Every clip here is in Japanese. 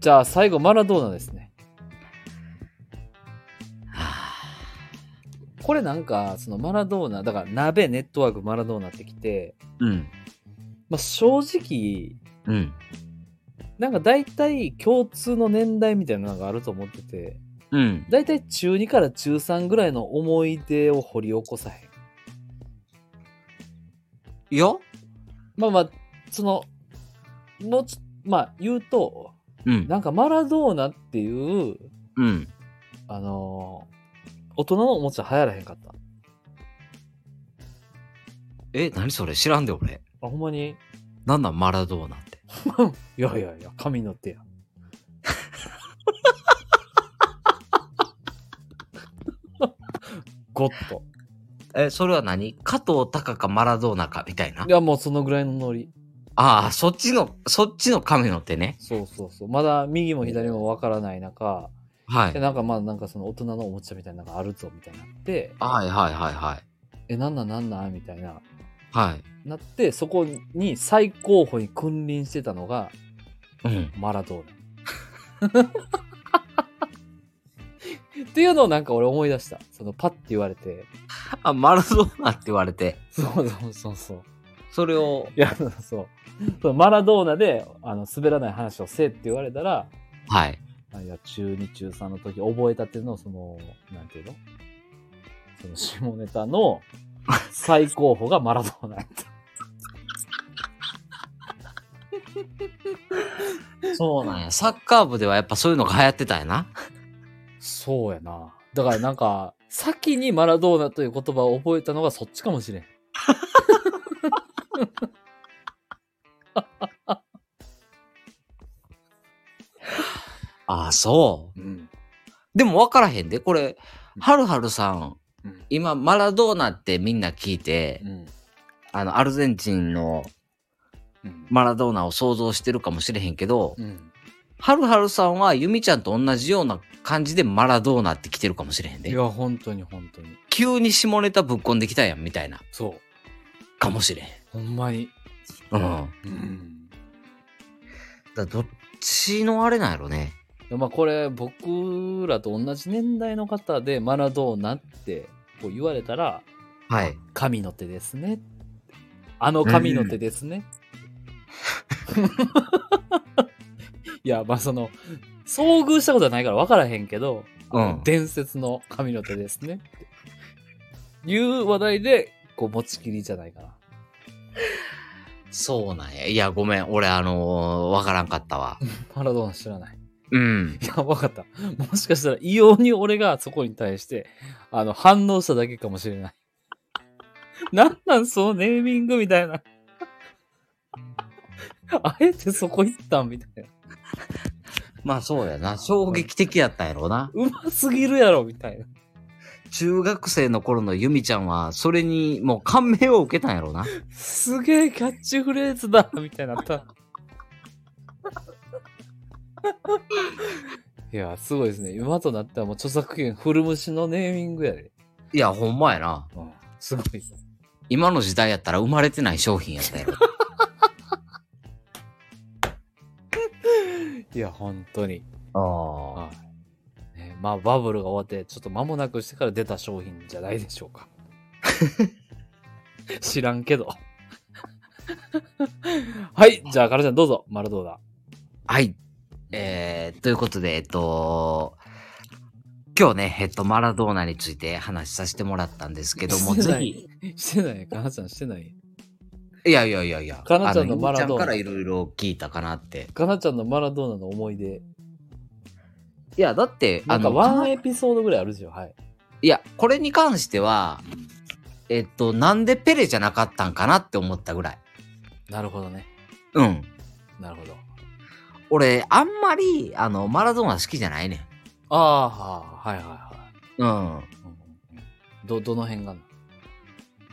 じゃあ最後、マラドーナですね。これなんか、そのマラドーナ、だから鍋、ネットワーク、マラドーナってきて、うん。まあ正直、うん。なんか大体共通の年代みたいなのがあると思ってて、うん。大体中2から中3ぐらいの思い出を掘り起こさへん。いやまあまあ、その、もうちょまあ言うと、うん。なんかマラドーナっていう、うん。あのー大人のおもちゃ流行らへんかった。え、何それ知らんで俺。あ、ほんまになんなんマラドーナって。いやいやいや、神の手や。 ゴッド。。え、それは何加藤隆かマラドーナかみたいないや、もうそのぐらいのノリ。ああ、そっちの、そっちの神の手ね。そうそうそう。まだ右も左もわからない中、はえ、い。なんかまあ、なんかその大人のおもちゃみたいなのがあるぞ、みたいになって、はいはいはいはい。え、なんなんなんなんみたいな。はい。なって、そこに最高峰に君臨してたのが、うん。マラドー ナ。っていうのをなんか俺思い出した。そのパッて言われて。あ、マラドーナって言われて、そうそうそうそう。それを、いや、そう。そのマラドーナであの滑らない話をせえって言われたら、はい。あいや中2、中3の時覚えたての、その、なんていうのその下ネタの最高峰がマラドーナやった。そうなんや。サッカー部ではやっぱそういうのが流行ってたんやな。そうやな。だからなんか、先にマラドーナという言葉を覚えたのがそっちかもしれん。ああ、そう。うん。でも分からへんで、これう、んはるはるさん、うん。今、マラドーナってみんな聞いてう、ん。あの、アルゼンチンのうん。マラドーナを想像してるかもしれへんけど、うん、はるはるさんはユミちゃんと同じような感じでマラドーナって来てるかもしれへんいでや、。本当に本当に。急に下ネタぶっこんできたやんみたいな、そう。かもしれへん。ほんまに。うん。だかうん。らどっちのあれなんやろね。まあこれ僕らと同じ年代の方でマラドーナってこう言われたらはい。神の手ですねあの神の手ですね、 いやまあその遭遇したことはないから分からへんけど、うん伝説の神の手ですねっていう話題でこう持ちきりじゃないかなそうなんや。いや、ごめん。俺、あのー、わからんかったわ。マラドーナ知らないうん。いや分かったもしかしたら異様に俺がそこに対してあの反応しただけかもしれない なんなんそのネーミングみたいなあえてそこ行ったんみたいなまあ、そうやな。衝撃的やったんやろうな。うますぎるやろみたいな。中学生の頃のユミちゃんは、それにもう感銘を受けたんやろうな。すげえキャッチフレーズだみたいになった。 いや、すごいですね。今となってはもう著作権古虫のネーミングやで。 いや、ほんまやな。うん、すごい。今の時代やったら生まれてない商品やったやろ。いや、本当に。 ああ。はいね、まあ、バブルが終わって、ちょっと間もなくしてから出た商品じゃないでしょ うか。知らんけど。はい。じゃあ、カラちゃんどうぞ。丸どうだ。はい。えー、ということで、えっと、今日ね、えっと、マラドーナについて話しさせてもらったんですけど も、してぜないひ、してない。カラちゃんしてない。いやいやいやいや、かなちゃんのあゆみマラドーナちゃんからいろいろ聞いたかなって。かなちゃんのマラドーナの思い出。いや、だって、なんかかワなンエピソードぐらいあるじゃん。はい。いや、これに関しては、えっと、なんでペレじゃなかったんかなって思ったぐらい。なるほどね。うん。なるほど。俺、あんまり、あの、マラドーナ好きじゃないねああ、はいはいはん。うん。い。うんど、どの辺がな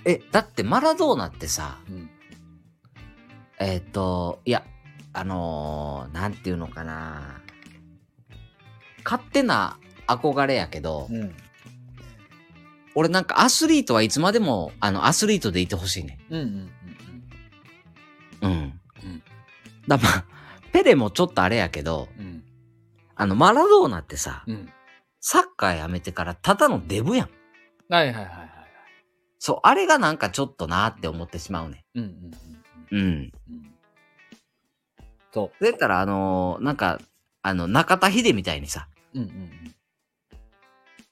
え、だってマラドーナってさ、うん。えっ、と、いや、あのーなんていうのかな。勝手な憧れやけど、うん。俺なんかアスリートはいつまでも、あの、アスリートでいてほしいね。うんうんうん。うんだまあ、ペレもちょっとあれやけど、うんうん。あの、マラドーナってさ、うん。サッカーやめてからただのデブやん。はいはいはいはい。そう、あれがなんかちょっとなって思ってしまうね。うんうんうんううん。んうん。と、だったら、あのーなんか、あの、中田秀みたいにさ、うんうん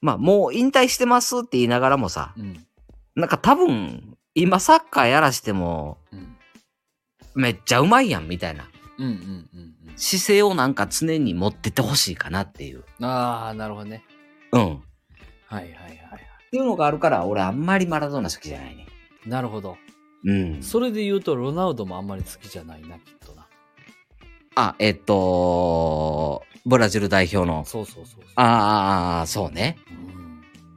まあ、もう引退してますって言いながらもさ、うん。うんなんか多分、今サッカーやらしても、うんめっちゃうまいやんみたいなうんうんうんうん。姿勢をなんか常に持っててほしいかなっていう。ああ、なるほどね。うん。っはいはいはいはい。ていうのがあるから、俺あんまりマラドーナ好きじゃないね。なるほど。うん。それで言うと、ロナウドもあんまり好きじゃないな、きっとな。あ、えっと、ブラジル代表の。そうそうそうそう。ああ、そうね。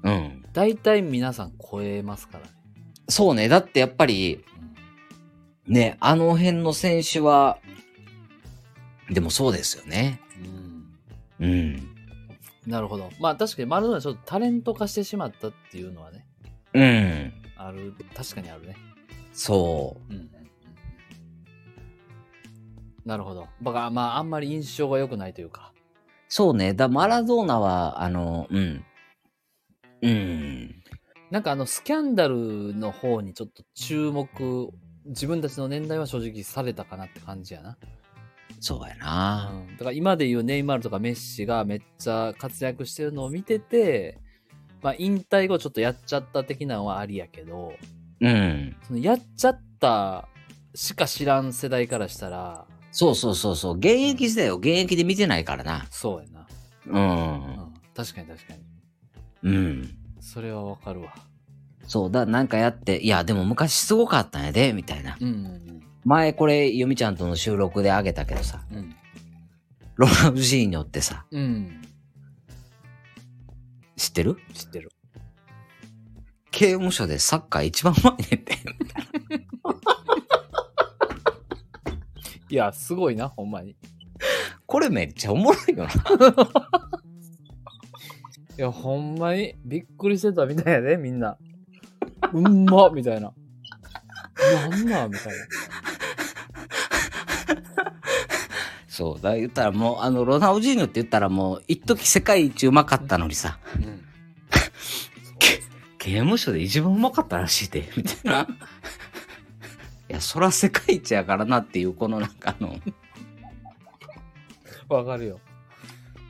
うん。うん。大体皆さん超えますからね。そうね。だってやっぱり、うんね、あの辺の選手は、でもそうですよね。うんうん。なるほど。まあ確かにマラドーナちょっとタレント化してしまったっていうのはね、うん。ある、確かにあるね。そうん。なるほど。まあ、まあ、あんまり印象が良くないというか。う。そうね。だ、マラドーナは、あの、うん。うん。なんかあのスキャンダルの方にちょっと注目、自分たちの年代は正直されたかなって感じやな。そうやうな。ん、だから今で言うネイマールとかメッシがめっちゃ活躍してるのを見てて、まあ引退後ちょっとやっちゃった的なのはありやけど、うん。そのやっちゃったしか知らん世代からしたら、そうそうそうそう。現役時代を現役で見てないからな。そうやな。う。うんん、確かに確かに。うん。それはわかるわ。そうだ、なんかやって、いや、でも昔すごかったんやで、みたいな。うんうん前これ、ゆみちゃんとの収録であげたけどさ、うん。うん。ロナウジーニョってさ、うん。知ってる知ってる。刑務所でサッカー一番うまいねって。いや、すごいな、ほんまに。いこれめっちゃおもろいよな。や、ほんまにびっくりしてたみたいやで、みんな。うんまみたいな。なんなんみたいそうだ、言ったらもう、あの、ロナウジーニョって言ったらもう、一時世界一うまかったのにさ、な。うん。刑務所で一番うまかったらしいで、みたい な。いや、そら世界一やからなっていう、このなんかあの、わかるよ。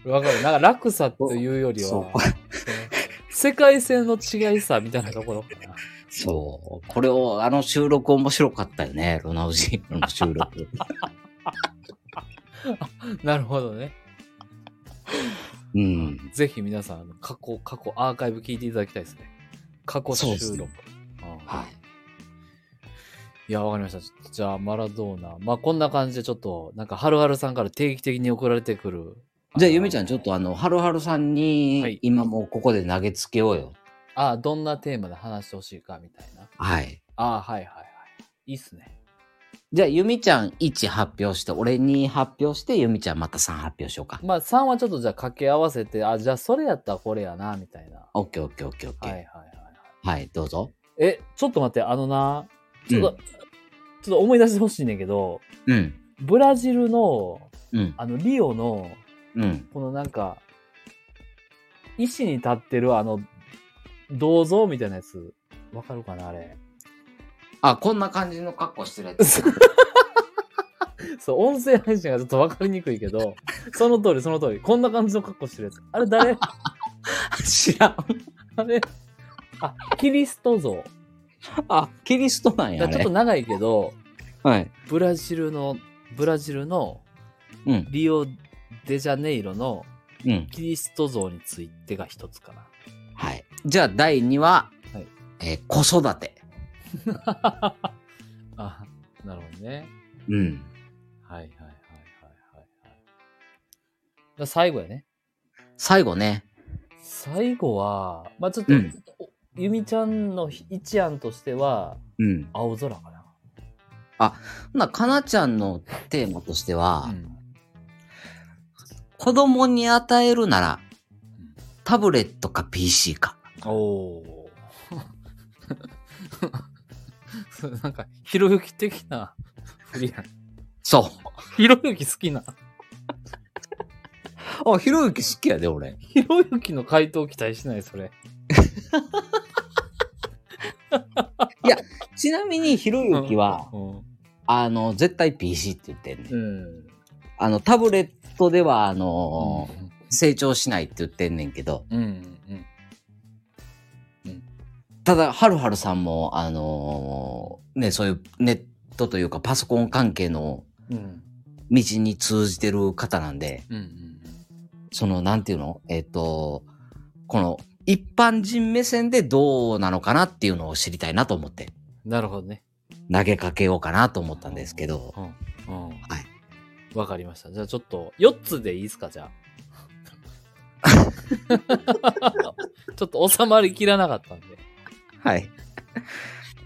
わかる。なんか落差というよりは、そうその 世界線の違いさみたいなところかな。そう。これを、あの収録面白かったよね。ロナウジーノの収 録。なるほどね。うん。ぜひ皆さん、あの過去、過去、アーカイブ聞いていただきたいですね。過去そうです収ね録。うんはい。いや、わかりましたちょっと。じゃあ、マラドーナ。まあ、こんな感じで、ちょっと、なんか、はるはるさんから定期的に送られてくる。じゃあ、ゆみちゃん、ょちょっとあの、はるはるさんはにい、今もうここで投げつけようよ。あ、どんなテーマで話してほしいか、みたいな。はい。あ、はいはいはい。いいっすね。じゃあ、ゆみちゃん1発表して、俺2発表して、ゆみちゃんまた3発表しようか。まあ、3はちょっと、じゃあ、掛け合わせて、あ、じゃあ、それやったらこれやな、みたいな。オッケーオッケーオッケーオッケはいはいー。はいはい。はい、どうぞ。え、ちょっと待って、あのな、うちょっんと、。ちょっと思い出してほしいねんけど、うん。ブラジルの、うん。あの、リオの、うん。このなんか、石に立ってるあの、銅像みたいなやつ、わかるかなあれ。あ、こんな感じの格好してるやつ。そう、音声配信がちょっとわかりにくいけど、その通り、その通り。こんな感じの格好してるやつ。あれ誰 知らん。あれあ、キリスト像。あ、キリストなんや、だからちょあっとれ。長いけど、はい。ブラジルの、ブラジルのうん。リオデジャネイロのうん。キリスト像についてが一つか な。はい。じゃあ、第2話、はいえー子育て。あ、なるほどね。うん。はいはいはいはいはいはい。だ最後やね。最後ね。最後は、まあ、ちょっと、うんおゆみちゃんの一案としては、うん。青空かな。ほな、かなちゃんのテーマとしては、うん子供に与えるならん、タブレットか PC か。 おー。なんか、ひろゆき的な振りやん。そひろゆき好きな。う。あ、ひろゆき好きやで、俺。ひろゆきの回答期待しない、それ。ちなみに、ひろゆきは、うん。あの、絶対 PC って言ってんねん。うん。あの、タブレットでは、あのー成長しないって言ってんねんけど、うん。うん。ただ、はるはるさんも、あのーね、そういうネットというか、パソコン関係のうん。道に通じてる方なんで、うん。うん。その、なんていうのえっ、と、この、一般人目線でどうなのかなっていうのを知りたいなと思って、なるほどね。投げかけようかなと思ったんですけど、。うん。うん。はいわかりました。じゃあちょっと、4つでいいですか、じゃあ。ちょっと収まりきらなかったんで、はい。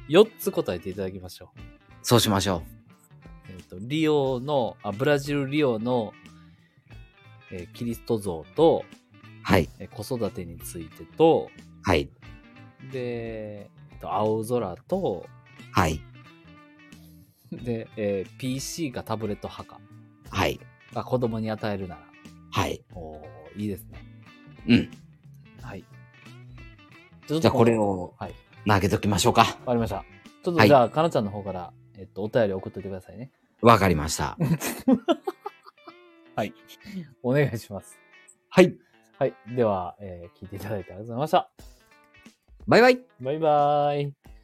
4つ答えていただきましょう。そうしましょえっ、と、リオの、あ、ブラジルリオの、えーキリスト像と、う。はい。えー子育てについてと、はい。で、えっと、青空と、はい。で、えー PC かタブレット派か。はい。あ、子供に与えるなはい。ら。おーいいですね。うん。はい。じじゃあ、これ。をはい。投げときましょうか。わかりました。ちょっとはいじゃあ、かなちゃんの方から、えっと、お便り送っておいてくださいね。わかりました。お願いします。はい。はい。では、えー聞いていただいてありがとうございました。バイバイ。バイバーイ。